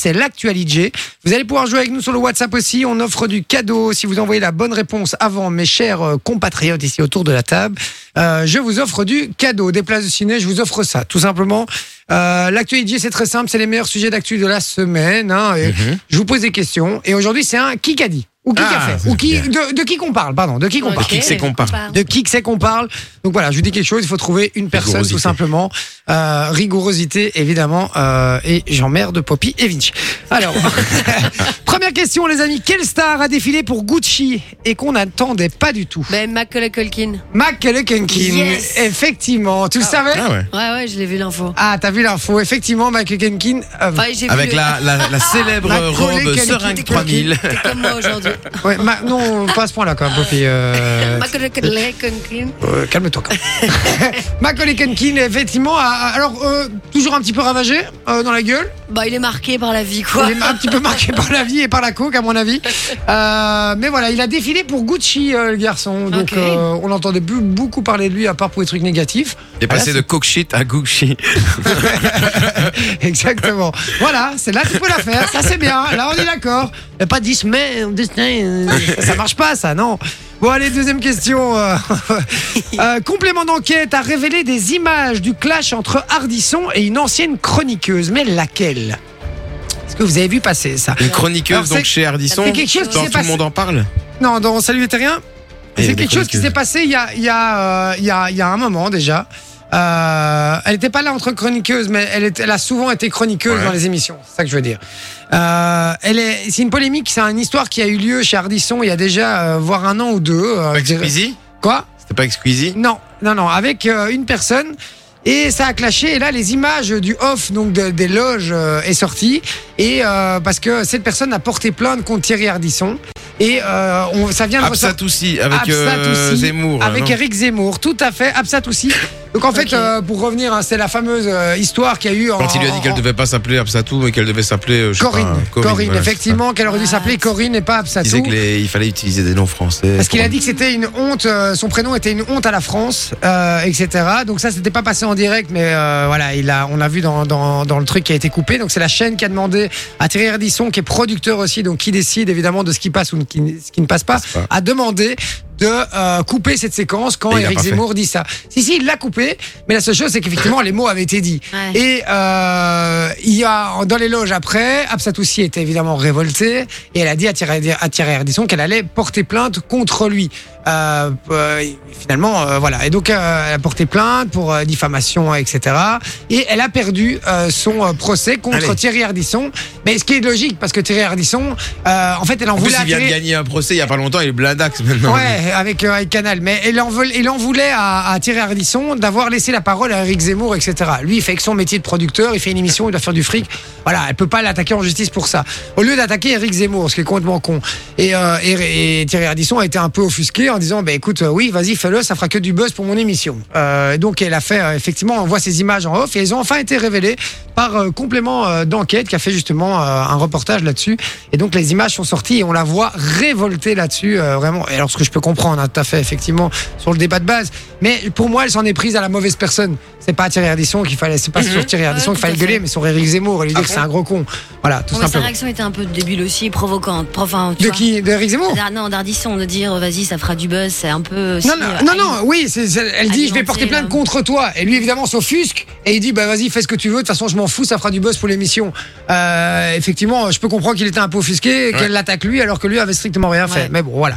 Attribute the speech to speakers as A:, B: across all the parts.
A: c'est l'actualité. Vous allez pouvoir jouer avec nous sur le WhatsApp aussi. On offre du cadeau si vous envoyez la bonne réponse avant, mes chers euh, compatriotes ici autour de la table. Euh, je vous offre du cadeau. Des places de ciné, je vous offre ça, tout simplement. Euh, l'actualité, c'est très simple, c'est les meilleurs sujets d'actu de la semaine. hein, et Je vous pose des questions. Et aujourd'hui, c'est un qui qu'a dit ou qui qu'a
B: Mhm. Ah,
A: fait ou qui
B: bien.
A: de, de qui qu'on parle pardon de qui qu'on
C: Ok,
A: parle
B: qui que c'est qu'on parle
C: Ah
A: de qui que c'est qu'on parle. Donc voilà, je vous dis quelque chose, il faut trouver une personne tout
B: Rigorosité.
A: simplement. Euh, rigorosité évidemment euh, et j'emmerde Poppy et Vinci. Alors, première question les amis, quelle star a défilé pour Gucci et qu'on n'attendait pas du tout
C: Ben, Macaulay Culkin.
A: Macaulay Culkin,
C: Yes.
A: effectivement, tu le savais
B: Ah ouais.
C: Ouais, ouais, je l'ai vu l'info.
A: Ah, t'as vu l'info, effectivement, Macaulay Culkin. euh,
C: Enfin, j'ai vu
B: Avec
C: le-
B: la, la, la célèbre
A: La collée
B: robe
A: qu'elle
B: seringue
A: quitte,
B: 3000.
C: T'es comme moi aujourd'hui.
A: ouais, Ma- non, pas à ce point-là quand même, Poppy. euh,
C: Macaulay Culkin.
A: Euh, calme-toi quand même. Macaulay Culkin, effectivement, a- a- alors euh, toujours un petit peu ravagé euh, dans la gueule.
C: Bah, il est marqué par la vie, quoi.
A: Il est un petit peu marqué par la vie et par la coke, à mon avis. Euh, mais voilà, il a défilé pour Gucci, euh, le garçon. Donc,
C: Ok.
A: euh, on n'entendait plus beaucoup parler de lui, à part pour les trucs négatifs.
B: Il est passé de coke shit à gook shit.
A: Exactement. voilà, c'est là que tu peux la faire. Ça, c'est bien. Là, on est d'accord. Mais pas 10 mai, euh, Disney, euh, ça marche pas, ça, non. Bon, allez, deuxième question. euh, euh, complément d'enquête a révélé des images du clash entre Hardisson et une ancienne chroniqueuse. Mais laquelle Est-ce que vous avez vu passer ça
B: Une
A: Alors,
B: chroniqueuse
A: c'est-
B: donc chez Ardisson.
A: c'est quelque chose qui
B: Dans
A: s'est
B: tout
A: passé.
B: le monde en parle.
A: Non, dans Salut les Terriens,
B: Et
A: c'est
B: des euh.
A: quelque chose qui
B: chroniqueuses.
A: s'est passé il y a, il y, a, euh, il y, a, il y a un moment déjà. Euh, elle n'était pas là entre chroniqueuse, mais elle, est- elle a souvent été chroniqueuse
B: Ouais.
A: dans les émissions. C'est ça que je veux dire. Euh, elle est, c'est une polémique, c'est une histoire qui a eu lieu chez Ardisson il y a déjà euh, voire un an ou deux. euh,
B: Pas
A: je dirais.
B: Squeezie
A: Quoi
B: C'était pas Squeezie
A: Non, non, non, avec euh, une personne. Et ça a clashé. Et là, les images du off, donc de- des loges, euh, est sortie. Et euh, parce que cette personne a porté plainte contre Thierry Ardisson. Et euh, on, ça vient de ressortir.
B: Absat aussi avec euh,
A: Absat aussi,
B: Zemmour.
A: Avec
B: non
A: Eric Zemmour, tout à fait, Absat aussi. Donc en fait,
C: Ok.
A: euh, pour revenir, hein, c'est la fameuse euh, histoire qu'il y a eu en,
B: Quand il lui a dit qu'elle
A: en-
B: devait pas s'appeler Absatou, mais qu'elle devait s'appeler euh, je sais
A: Oh.
B: pas,
A: Corinne, Corinne,
B: voilà,
A: effectivement, qu'elle aurait dû
C: What
A: s'appeler Corinne et pas
B: c'est ça. Il disait
A: Absatou.
B: qu'il fallait utiliser des noms français.
A: Parce qu'il a dit que c'était une honte, euh, son prénom était une honte à la France, euh, etc. Donc ça, c'était pas passé en direct, mais euh, voilà, il a, on a vu dans, dans, dans le truc qui a été coupé. Donc c'est la chaîne qui a demandé à Thierry Ardisson, qui est producteur aussi, donc qui décide évidemment de ce qui passe ou qui- ce qui ne passe pas,
B: C'est pas.
A: a demandé de euh, couper cette séquence quand
B: Et il l'a
A: Eric
B: pas fait.
A: Zemmour dit ça. Si, si, il l'a coupé, mais la seule chose, c'est qu'effectivement, les mots avaient été dits.
C: Ouais.
A: Et euh, il y a dans les loges après, Absatoussi était évidemment révoltée et elle a dit à Thierry, à Thierry Ardisson qu'elle allait porter plainte contre lui. Euh, euh, finalement, euh, voilà. Et donc euh, elle a porté plainte pour euh, diffamation, etc. Et elle a perdu euh, son euh, procès contre
B: Allez.
A: Thierry Ardisson. Mais ce qui est logique parce que Thierry Ardisson, euh, en fait, elle en
B: En plus,
A: voulait. à
B: il vient de
A: Thierry-
B: gagner un procès il y a pas longtemps, il est blindax maintenant.
A: Ouais, avec, euh, avec Canal. Mais il en, veut- il en voulait à, à Thierry Ardisson d'avoir laissé la parole à Eric Zemmour, etc. Lui, il fait que son métier de producteur, il fait une émission, il doit faire du fric. Voilà, elle peut pas l'attaquer en justice pour ça. Au lieu d'attaquer Eric Zemmour, ce qui est complètement con. Et, euh, et- et Thierry Ardisson a été un peu offusqué en disant, bah, écoute, euh, oui, vas-y, fais-le, ça fera que du buzz pour mon émission. Euh, donc elle a fait, euh, effectivement, on voit ces images en off et elles ont enfin été révélées par euh, complément euh, d'enquête qui a fait justement euh, un reportage là-dessus. Et donc les images sont sorties et on la voit révoltée là-dessus, euh, vraiment. Et alors ce que je peux comprendre, hein, tout à fait, effectivement, sur le débat de base. Mais pour moi, elle s'en est prise à la mauvaise personne. C'est pas à Thierry Ardisson qu'il fallait, c'est pas sur Thierry Ardisson
C: Mhm.
A: qu'il
C: Ouais,
A: fallait
C: tout à fait. Ah
A: gueuler, mais sur Eric Zemmour et lui dire que c'est un gros con. Voilà, tout
C: Bon, mais sa
A: simplement.
C: réaction était un peu débile aussi, provocante. Pro- Enfin, tu
A: De
C: vois.
A: qui De Eric Zemmour
C: D'Ar- Non, d'Ardisson, de dire vas-y, ça fera du buzz, c'est un peu. aussi,
A: Non,
C: euh,
A: non, non, non,
C: haine.
A: oui, c'est- c'est- elle dit je vais
C: Alimenter,
A: porter plainte
C: là.
A: contre toi. Et lui, évidemment, s'offusque et il dit bah vas-y, fais ce que tu veux, de toute façon, je m'en fous, ça fera du buzz pour l'émission. Euh, effectivement, je peux comprendre qu'il était un peu offusqué, et qu'elle l'attaque lui, alors que lui avait strictement rien fait.
C: Ouais.
A: Mais bon, voilà.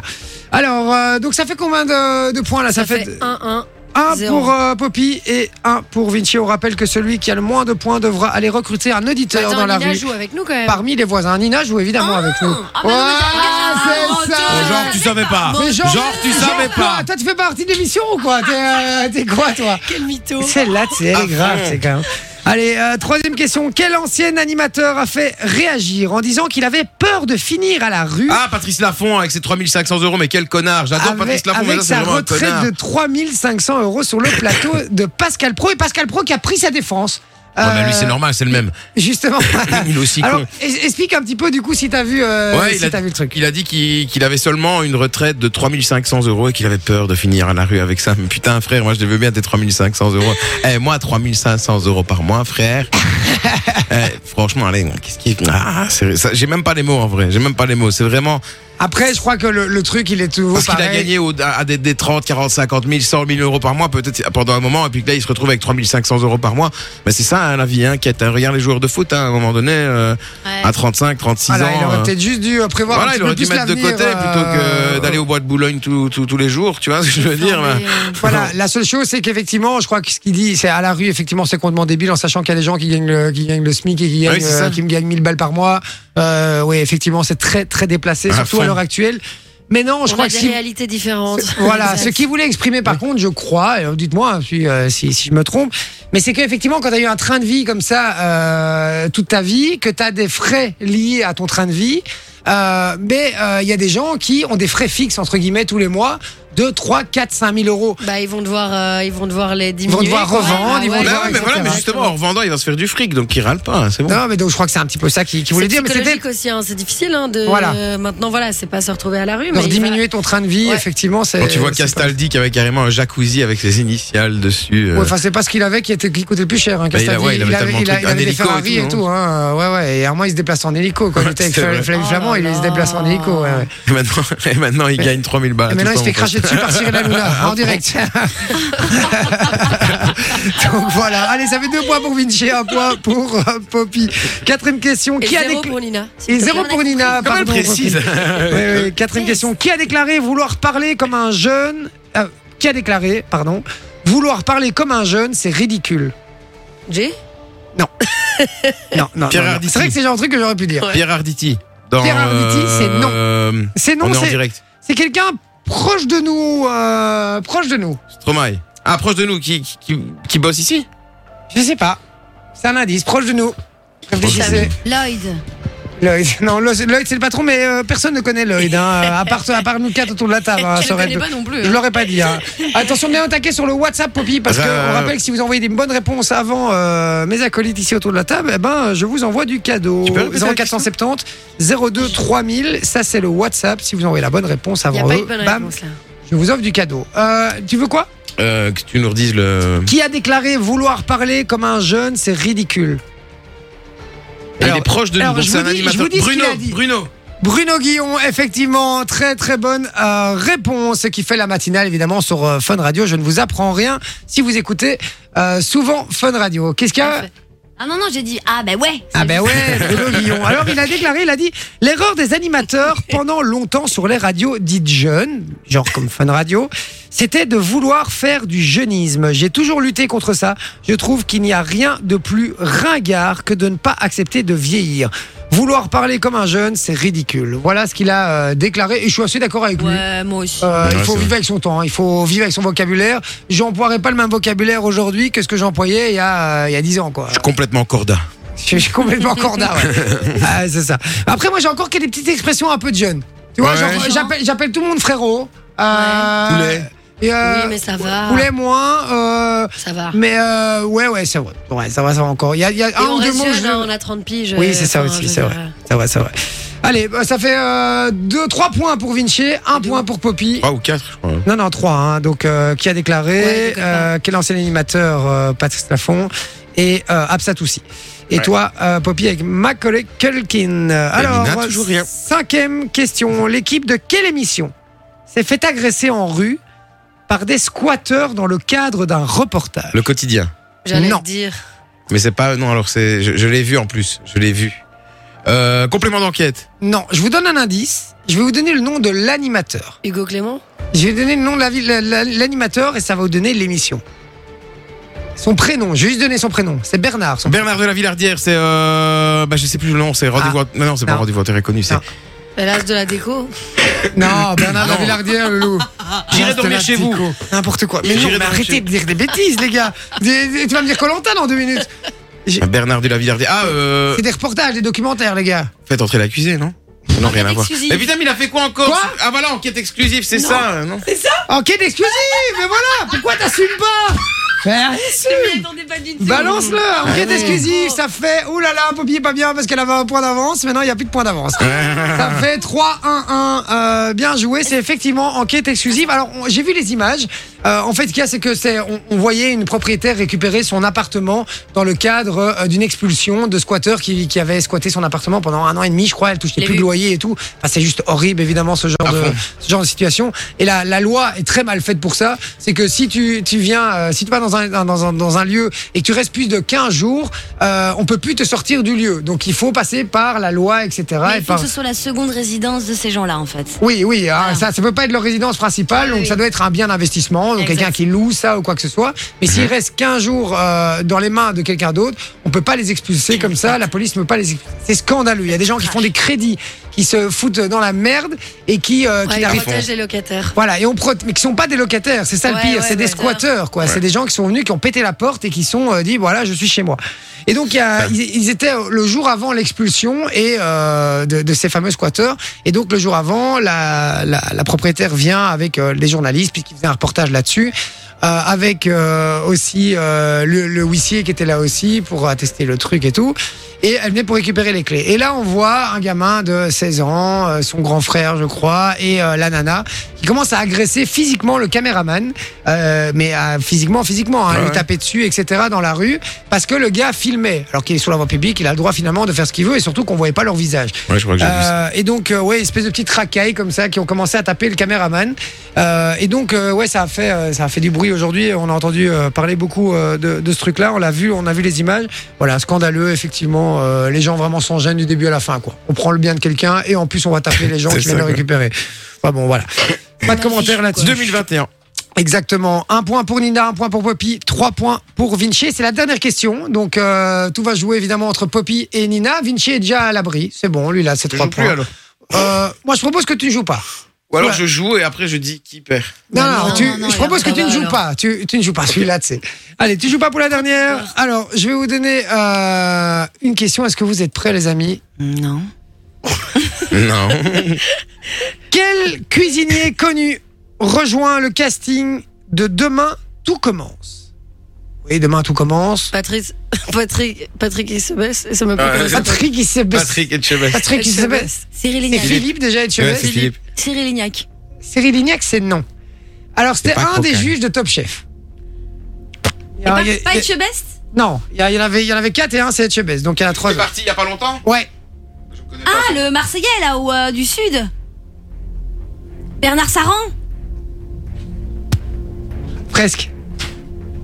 A: Alors, euh, donc ça fait combien de, de points là
C: Ça, fait 1-1.
A: un
C: zéro.
A: pour euh, Poppy et un pour Vinci. On rappelle que celui qui a le moins de points devra aller recruter un auditeur dans
C: Bah, Attends,
A: la
C: Nina
A: rue.
C: joue avec nous quand même.
A: Parmi les voisins, Nina joue évidemment avec nous.
C: Ah, mais non, mais
A: Ouais,
C: t'as-
A: c'est ça.
C: Ah,
B: genre, tu savais pas.
A: Mais
B: Genre, tu savais
A: quoi
B: pas.
A: Toi, tu fais partie de l'émission ou quoi T'es euh, t'es quoi, toi
C: Quel mytho.
A: Celle-là, c'est elle est
B: Ah,
A: grave,
B: ouais.
A: c'est quand même. Allez, euh, troisième question. Quel ancien animateur a fait réagir en disant qu'il avait peur de finir à la rue
B: Ah, Patrice Laffont avec ses 3500 euros, mais quel connard. J'adore Patrice
A: avec,
B: Laffont, mais
A: avec
B: là, c'est
A: sa
B: vraiment un
A: retraite
B: connard.
A: de 3500 euros sur le plateau de Pascal Pro et Pascal Pro qui a pris sa défense.
B: Ouais, bah, lui, c'est
A: Euh,
B: normal, c'est le même.
A: Justement.
B: Il est aussi
A: Alors,
B: con.
A: es- explique un petit peu du coup si t'as vu, euh,
B: Ouais,
A: si
B: il a,
A: t'as vu le truc.
B: il a dit qu'il qu'il avait seulement une retraite de 3500 euros et qu'il avait peur de finir à la rue avec ça. Mais putain, frère, moi je les veux bien tes 3500 euros. Eh, moi, 3500 euros par mois, frère. Eh, franchement, allez, qu'est-ce qui. Ah, c'est- ça- j'ai même pas les mots en vrai. J'ai même pas les mots. C'est vraiment.
A: Après, je crois que le, le truc, il est toujours
B: Parce qu'il a
A: pareil.
B: gagné au- à à des, des 30, 40, 50 000, 100 000 euros par mois, peut-être pendant un moment, et puis que là, il se retrouve avec 3500 euros par mois. Mais c'est ça, hein, la vie, hein, qui est- Regarde les joueurs de foot, hein, à un moment donné, euh,
C: Ouais.
B: à 35, 36
A: Voilà,
B: ans.
A: il
B: euh,
A: aurait peut-être juste dû euh, prévoir. un
B: voilà,
A: petit
B: il
A: peu
B: aurait dû
A: plus
B: mettre de
A: l'avenir,
B: côté plutôt que
A: euh,
B: d'aller au bois de Boulogne tous- tous- tous les jours, tu vois ce que je veux dire hein.
C: Non,
B: mais-
C: mais- euh,
A: Voilà, la seule chose, c'est qu'effectivement, je crois que ce qu'il dit, c'est à la rue, effectivement, c'est complètement débile en sachant qu'il y a des gens qui gagnent le, qui gagnent le SMIC et qui, gagnent,
B: oui, c'est ça.
A: euh, qui me gagnent 1000 balles par mois. Euh, oui, effectivement, c'est très, très déplacé,
B: À
A: surtout
B: fond.
A: à l'heure actuelle. Mais non, je
C: On
A: crois
C: a
A: que
C: des
A: si-
C: réalités différentes.
A: Voilà,
C: Exact.
A: ce qu'il voulait exprimer par contre, je crois, euh, dites-moi hein, si, euh, si, si je me trompe, mais c'est qu'effectivement, quand tu as eu un train de vie comme ça euh, toute ta vie, que tu as des frais liés à ton train de vie, euh, mais euh, il y a des gens qui ont des frais fixes, entre guillemets, tous les mois, de 3, 4, 5 000 euros.
C: Bah, ils vont devoir, euh, ils vont devoir les diminuer.
A: vont devoir
C: quoi.
A: revendre,
C: Ah
A: ils vont
C: ouais,
B: Bah
A: devoir,
B: ouais, mais
A: etc.
B: voilà, mais justement, en revendant, il va se faire du fric, donc il râle pas, hein, c'est bon.
A: Non, mais donc je crois que c'est un petit peu ça qu'il qu'il voulait
C: C'est
A: dire, mais c'était
C: psychologique aussi, hein, c'est difficile hein, de.
A: Voilà.
C: euh, maintenant, voilà, c'est pas se retrouver à la rue,
A: de
C: mais. il va-
A: diminuer ton train de vie,
C: Ouais.
A: effectivement. c'est-
B: Quand tu vois
A: euh, c'est pas-
B: Castaldi qui avait carrément un jacuzzi avec ses initiales dessus. euh,
A: Ouais, enfin, c'est pas ce qu'il avait qui, était, qui coûtait le plus cher. Hein,
B: Bah, il a-
A: Castaldi.
B: ouais, il avait tellement de
A: il a-
B: trucs,
A: il avait
B: un
A: des
B: hélico et
A: Ferrari
B: tout,
A: et tout. hein. Ouais, ouais. Et à moins, il se déplace en hélico. Quand il
B: Ouais,
A: était avec
B: c'est
A: Fla-
B: vrai.
A: Flavie
C: Oh
A: Flamand,
C: là
A: il se déplace en
C: là.
A: hélico. ouais, ouais.
B: et, maintenant, et maintenant, il
A: Mais-
B: gagne 3000 balles.
A: Et
B: tout
A: maintenant,
B: le
A: il se fait
B: temps, mon
A: cracher dessus par Cyril Hanouna en direct. Donc voilà. Allez, ça fait deux points pour Vinci, un point pour euh, Poppy. Quatrième question.
C: Et
A: Qui a
C: zéro
A: déc-
C: pour Nina.
A: Et zéro pour Nina.
B: Pas mal
A: pardon,
B: précise. Euh,
A: Poppy. Oui, oui, Quatrième question. Qui a déclaré vouloir parler comme un jeune euh, Qui a déclaré, pardon, vouloir parler comme un jeune, c'est ridicule.
C: J'ai
A: Non, non,
B: Pierre
A: non, non.
B: Arditi.
A: C'est vrai que c'est le genre de truc que j'aurais pu dire.
C: Ouais.
B: Pierre Arditi. Dans,
A: Pierre Arditi, c'est non.
B: euh,
A: C'est non,
B: on est en
A: c'est,
B: direct.
A: c'est quelqu'un proche de nous, euh, proche de nous.
B: Stromae. Ah, proche de nous, qui, qui- qui, qui bosse ici
A: Je sais pas. C'est un indice, proche de nous. Réfléchissez.
C: Lloyd.
A: Lloyd. Non, Lloyd, Lloyd, c'est le patron, mais euh, personne ne connaît Lloyd. hein, à, part, à part nous quatre autour de la table. hein,
C: Je
A: ça
C: ne
A: aurait
C: connais
A: pu-
C: pas non plus.
A: Je l'aurais pas dit. hein. Attention, bien attaquer sur le WhatsApp, Poppy, parce qu'on
B: Euh,
A: rappelle que si vous envoyez des bonnes réponses avant euh, mes acolytes ici autour de la table, eh ben, je vous envoie du cadeau.
B: Tu peux répéter la
A: 0470 02 3000, ça c'est le WhatsApp. Si vous envoyez la bonne réponse
C: hein. Il n'y a
A: avant
C: pas
A: eux,
C: eu de bonne
A: bam,
C: réponse là.
A: je vous offre du cadeau. Euh, tu veux quoi
B: Euh, Que tu nous redises le.
A: Qui a déclaré vouloir parler comme un jeune, c'est ridicule
B: il est proche de nous,
A: alors,
B: donc
A: je
B: c'est
A: vous
B: un
A: dis- je vous
B: animateur.
A: dis ce qu'il
B: Bruno,
A: a dit.
B: Bruno.
A: Bruno Guillon, effectivement, très très bonne euh, réponse, ce qui fait la matinale évidemment sur euh, Fun Radio. Je ne vous apprends rien si vous écoutez euh, souvent Fun Radio. Qu'est-ce qu'il y a
C: Parfait. Ah non, non, j'ai dit, ah ben ouais.
A: Ah ben ouais, Bruno Guillon. Alors il a déclaré, il a dit l'erreur des animateurs pendant longtemps sur les radios dites jeunes, genre comme Fun Radio, c'était de vouloir faire du jeunisme. J'ai toujours lutté contre ça. Je trouve qu'il n'y a rien de plus ringard que de ne pas accepter de vieillir. Vouloir parler comme un jeune, c'est ridicule. Voilà ce qu'il a euh, déclaré et je suis assez d'accord avec lui.
C: Ouais, moi aussi.
A: Euh, il
B: Ouais,
A: faut
B: c'est
A: vivre avec son temps, hein. il faut vivre avec son vocabulaire. J'emploierai pas le même vocabulaire aujourd'hui que ce que j'employais il y a euh, il y a 10 ans quoi.
B: Je suis complètement corda.
A: Je suis complètement corda, ouais. Ah, c'est ça. Après, moi, j'ai encore quelques petites expressions un peu de jeune. Tu vois,
B: Ouais.
A: genre, j'appelle, j'appelle tout le monde frérot. Euh,
B: Poulet.
A: et, euh,
C: oui, mais ça va. Ah.
A: Poulet moins. euh,
C: Ça va.
A: mais euh, ouais, ouais, c'est vrai. Ouais, ça va, ça va encore. Il y a, il y a
C: Et
A: un
C: on
A: ou deux
C: reste
A: mots.
C: jeune,
A: je-
C: hein, on a 30 piges.
A: Oui, c'est ça
C: enfin,
A: aussi,
C: je veux
A: c'est
C: dire, euh,
A: vrai. C'est vrai, c'est vrai. Allez, bah, ça fait 2-3 points pour Vinci, 1 point pour Poppy.
B: Trois ou quatre, je crois.
A: Non, non, trois. hein. Donc, euh, qui a déclaré
C: Ouais, d'accord.
A: euh, Quel ancien animateur euh, Patrice Laffont et euh, Absat aussi. Et toi, euh, Poppy, avec ma collègue Kulkin. Euh, Alors,
B: Nina, toujours rien.
A: cinquième question. L'équipe de quelle émission s'est fait agresser en rue par des squatteurs dans le cadre d'un reportage
B: Le quotidien.
C: J'allais
A: Non.
C: te dire.
B: Mais c'est pas. Non, alors c'est. Je, je l'ai vu en plus. Je l'ai vu. Euh, complément d'enquête.
A: Non, je vous donne un indice. Je vais vous donner le nom de l'animateur.
C: Hugo Clément
A: Je vais donner le nom de la ville- la- la- l'animateur et ça va vous donner l'émission. Son prénom, j'ai juste donné son prénom. C'est Bernard. Son
B: Bernard de la Villardière, c'est. Euh, bah, je sais plus le nom, c'est rendez-vous. Non, non, c'est pas
A: Ah. Non.
B: rendez-vous terre connu. C'est.
A: Non.
C: Bah, L'as de la déco.
A: Non, Bernard
B: Ah Non.
A: Lavillardière, le loup.
B: J'irai
A: Reste
B: dormir
A: là,
B: chez
A: Tico.
B: vous.
A: N'importe quoi. Mais
B: J'irai
A: non, mais
B: dormir
A: arrêtez
B: chez
A: de dire des bêtises, les gars. Des- des- tu vas me dire Colanta dans deux minutes.
B: Bernard de la Villardière. Ah, euh.
A: C'est des reportages, des documentaires, les gars.
B: Faites entrer l'accusé, non Non, rien à voir.
C: exclusive.
B: Mais putain, mais il a fait quoi encore
A: Quoi
B: Ah, voilà, enquête exclusive, c'est ça, euh, non
A: Enquête exclusive, mais voilà. Pourquoi t'assumes pas Mais
C: Je m'y attendais pas du tout.
A: Balance-le,
C: Ah
A: enquête
B: oui.
A: exclusive, ça fait, oulala, Poppy est pas bien parce qu'elle avait un point d'avance, maintenant il n'y a plus de point d'avance. ça fait 3-1-1, euh, bien joué, c'est effectivement enquête exclusive. Alors on- j'ai vu les images, Euh, en fait ce qu'il y a c'est que c'est, on, on voyait une propriétaire récupérer son appartement dans le cadre euh, d'une expulsion de squatteurs qui, qui avait squatté son appartement pendant un an et demi je crois, elle touchait
C: Je l'ai
A: plus de
C: vu.
A: loyer et tout. Enfin, c'est juste horrible évidemment ce genre,
B: À
A: de,
B: fond.
A: ce genre de situation. Et la, la loi est très mal faite pour ça, c'est que si tu, tu viens, euh, si tu vas dans un, dans, un, dans un lieu et que tu restes plus de 15 jours, euh, on peut plus te sortir du lieu. Donc il faut passer par la loi, etc.
C: Mais
A: et
C: il faut
A: par-
C: que ce soit la seconde résidence de ces gens-là, en fait.
A: oui, oui, hein,
C: Ah.
A: ça ça peut pas être leur résidence principale,
C: Ah,
A: donc
C: oui.
A: ça doit être un bien d'investissement, donc
C: Exact.
A: quelqu'un qui loue ça ou quoi que ce soit. Mais s'il reste 15 jours euh, dans les mains de quelqu'un d'autre, on peut pas les expulser comme ça, la police ne peut pas les expulser. C'est scandaleux, il y a des gens
C: Ah.
A: qui font des crédits, qui se foutent dans la merde et qui, euh, qui
C: Ouais,
A: n'arrivent
C: protège les locataires.
A: voilà, et on prot- mais qui sont pas des locataires, c'est ça le
C: Ouais,
A: pire,
C: ouais,
A: c'est des
C: ouais,
A: squatteurs, quoi. C'est des gens qui sont venus, qui ont pété la porte et qui sont euh, dit, voilà, je suis chez moi. Et donc, il y a- ils, ils étaient euh, le jour avant l'expulsion et euh, de, de ces fameux squatteurs. Et donc, le jour avant, la, la, la propriétaire vient avec euh, les journalistes, puisqu'il faisait un reportage là-dessus. euh, avec euh, aussi euh, le, le huissier qui était là aussi pour attester le truc et tout. Et elle venait pour récupérer les clés. Et là, on voit un gamin de 16 ans, euh, son grand frère, je crois, et euh, la nana, qui commence à agresser physiquement le caméraman, euh, mais euh, physiquement, physiquement, hein,
B: Ouais,
A: lui
B: ouais.
A: taper dessus, etc., dans la rue, parce que le gars filmait. Alors qu'il est sur la voie publique, il a le droit finalement de faire ce qu'il veut, et surtout qu'on voyait pas leur visage.
B: Ouais, je crois que j'ai vu ça.
A: Euh, et donc, euh, ouais, espèce de petites racailles comme ça qui ont commencé à taper le caméraman. Euh, et donc, euh, ouais, ça a fait, euh, ça a fait du bruit aujourd'hui. On a entendu euh, parler beaucoup euh, de, de ce truc-là. On l'a vu, on a vu les images. Voilà, scandaleux, effectivement. Euh, les gens vraiment sans gêne du début à la fin, quoi. On prend le bien de quelqu'un et en plus, on va taper les gens
B: C'est
A: qui viennent
B: ça,
A: le
B: quoi.
A: récupérer. Enfin bon, voilà. Pas de
C: Magnifique,
A: commentaires là-dessus.
B: 2021.
A: Exactement. Un point pour Nina, un point pour Poppy, trois points pour Vinci. C'est la dernière question. Donc, euh, tout va jouer évidemment entre Poppy et Nina. Vinci est déjà à l'abri. C'est bon, lui, là, c'est
B: Je
A: trois
B: joue plus,
A: points.
B: alors.
A: Euh, moi, je propose que tu ne joues pas.
B: Ou alors
A: Ouais.
B: je joue et après je dis qui perd.
A: Non,
C: Non,
A: non,
C: non,
A: tu-
C: non, non,
A: je
C: il
A: propose
C: en
A: que tu ne
C: va,
A: joues
C: alors.
A: pas. Tu, tu ne joues pas celui-là, tu sais. Allez, tu joues pas pour la dernière. Alors, je vais vous donner euh, une question. Est-ce que vous êtes prêts, les amis
C: Non.
B: Non.
A: Quel cuisinier connu rejoint le casting de Demain tout commence Oui, Demain tout commence.
C: Patrice, Patrick, Patrick Isabès, ça m'a
B: Ah,
C: pas
B: c'est-
A: Patrick qui s'est
B: Patrick Etchebest.
A: Euh, Patrick qui s'est baissé.
C: Cyril
A: C'est
C: Lignac.
A: Philippe déjà et
B: Ouais, c'est Philippe.
C: Cyril Lignac.
A: Cyril Lignac, c'est non. Alors, c'était
B: pas
A: un des
B: Croquin.
A: juges de Top Chef. Il y
C: Et
A: a-
C: pas,
A: il y a-
C: pas
A: il y a-
C: Etchebest
A: non, il y, a- il y en avait, il y en avait quatre et un, c'est Etchebest. Donc, il y en a trois.
B: C'est
A: autres.
B: parti il y a pas longtemps
A: Ouais.
B: Je connais pas.
C: Ah, le Marseillais, là, ou euh, du Sud Bernard Saran
A: Presque.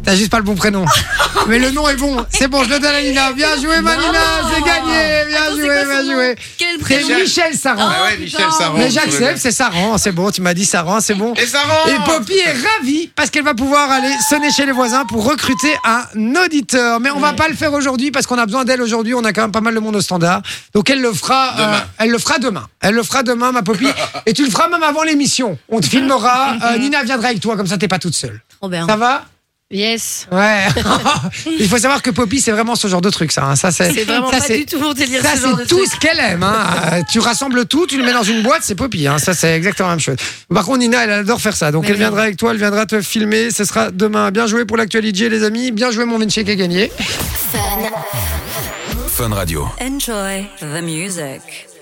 A: T'as juste pas le bon prénom. Mais le nom est bon. C'est bon, je le donne à Nina. Bien joué, Manina.
C: Bravo
A: C'est gagné. Bien
C: Attends, c'est
A: joué,
C: quoi
A: bien
C: son nom
A: joué.
C: Quel est le
A: C'est
C: prénom
A: Michel Saran.
B: Ah ouais,
C: Oh,
B: Michel
C: putain.
B: Saran.
A: Mais
B: je connais
A: j'accepte,
B: bien.
A: c'est Saran. C'est bon, tu m'as dit Saran, c'est bon.
B: Et Saran
A: Et Poppy est ravie parce qu'elle va pouvoir aller sonner chez les voisins pour recruter un auditeur. Mais on va pas le faire aujourd'hui parce qu'on a besoin d'elle aujourd'hui. On a quand même pas mal de monde au standard. Donc elle le fera. euh,
B: Demain.
A: elle le fera demain. Elle le fera demain, ma Poppy. Et tu le feras même avant l'émission. On te filmera. Euh, Nina viendra avec toi comme ça t'es pas toute seule.
C: Trop bien.
A: Ça va
C: Yes.
A: Ouais. Il faut savoir que Poppy c'est vraiment ce genre de truc ça. hein. Ça c'est.
C: C'est vraiment
A: ça,
C: pas
A: c'est-
C: du tout mon délire.
A: ça,
C: ce genre de
A: c'est tout
C: truc.
A: ce qu'elle aime. hein. Euh, tu rassembles tout, tu le mets dans une boîte, c'est Poppy. hein. Ça, c'est exactement la même chose. Par contre, Nina, elle adore faire ça. Donc,
C: Mais
A: elle
C: oui.
A: viendra avec toi, elle viendra te filmer. Ce sera demain. Bien joué pour l'actualité, les amis. Bien joué, mon Vinci qui a gagné.
D: Fun Radio.
E: Enjoy the music.